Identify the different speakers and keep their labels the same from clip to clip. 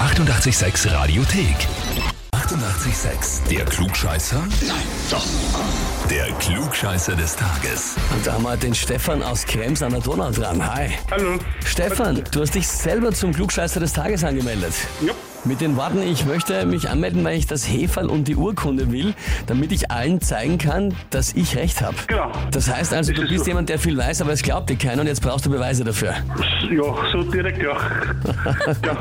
Speaker 1: 886 Radiothek. 88,6. Der Klugscheißer? Nein, doch. Der Klugscheißer des Tages.
Speaker 2: Und da haben wir den Stefan aus Krems an der Donau dran. Hi.
Speaker 3: Hallo.
Speaker 2: Stefan, du hast dich selber zum Klugscheißer des Tages angemeldet.
Speaker 3: Ja,
Speaker 2: Mit den Worten, ich möchte mich anmelden, weil ich das Heferl und die Urkunde will, damit ich allen zeigen kann, dass ich recht habe.
Speaker 3: Genau.
Speaker 2: Das heißt also,
Speaker 3: Das
Speaker 2: du
Speaker 3: ist
Speaker 2: bist
Speaker 3: so.
Speaker 2: jemand, der viel weiß, aber es glaubt dir keiner und jetzt brauchst du Beweise dafür.
Speaker 3: ja so direkt, ja. ja,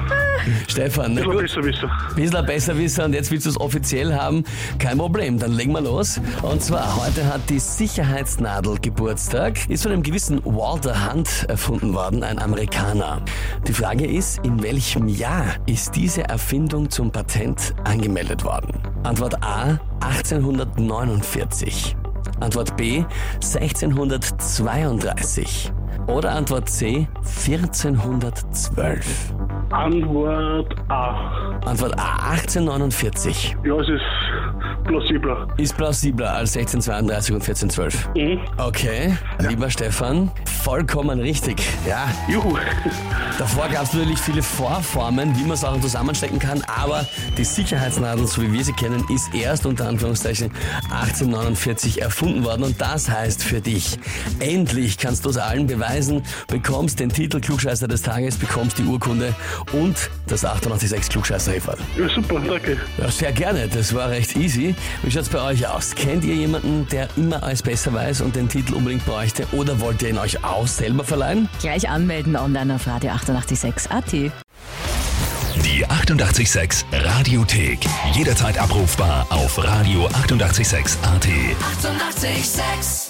Speaker 2: Stefan, ne? na
Speaker 3: so
Speaker 2: gut.
Speaker 3: besser, besser.
Speaker 2: Bissl besser wissen und jetzt willst du es offiziell haben. Kein Problem, dann legen wir los. Und zwar, heute hat die Sicherheitsnadel Geburtstag. Ist von einem gewissen Walter Hunt erfunden worden, ein Amerikaner. Die Frage ist, in welchem Jahr ist diese Erfindung zum Patent angemeldet worden? Antwort A, 1849. Antwort B, 1632. Oder Antwort C, 1412.
Speaker 3: Antwort A.
Speaker 2: Antwort A, 1849.
Speaker 3: Ja, es ist plausibler.
Speaker 2: Ist plausibler als 1632 und 1412.
Speaker 3: Mhm.
Speaker 2: Okay, lieber Stefan, vollkommen richtig. Ja,
Speaker 3: Juhu.
Speaker 2: davor gab es natürlich viele Vorformen, wie man Sachen zusammenstecken kann, aber die Sicherheitsnadel, so wie wir sie kennen, ist erst unter Anführungszeichen 1849 erfunden worden und das heißt für dich, endlich kannst du es allen beweisen, bekommst den Titel Klugscheißer des Tages, bekommst die Urkunde und das 886 Klugscheißer-Heferl.
Speaker 3: Ja, super, danke.
Speaker 2: Ja, sehr gerne, das war recht easy. Wie schaut's bei euch aus? Kennt ihr jemanden, der immer alles besser weiß und den Titel unbedingt bräuchte? Oder wollt ihr ihn euch auch selber verleihen?
Speaker 4: Gleich anmelden online auf Radio 886 AT.
Speaker 1: Die 88,6 Radiothek. Jederzeit abrufbar auf radio886.at. 88,6.
Speaker 5: Eighty-eight, sex.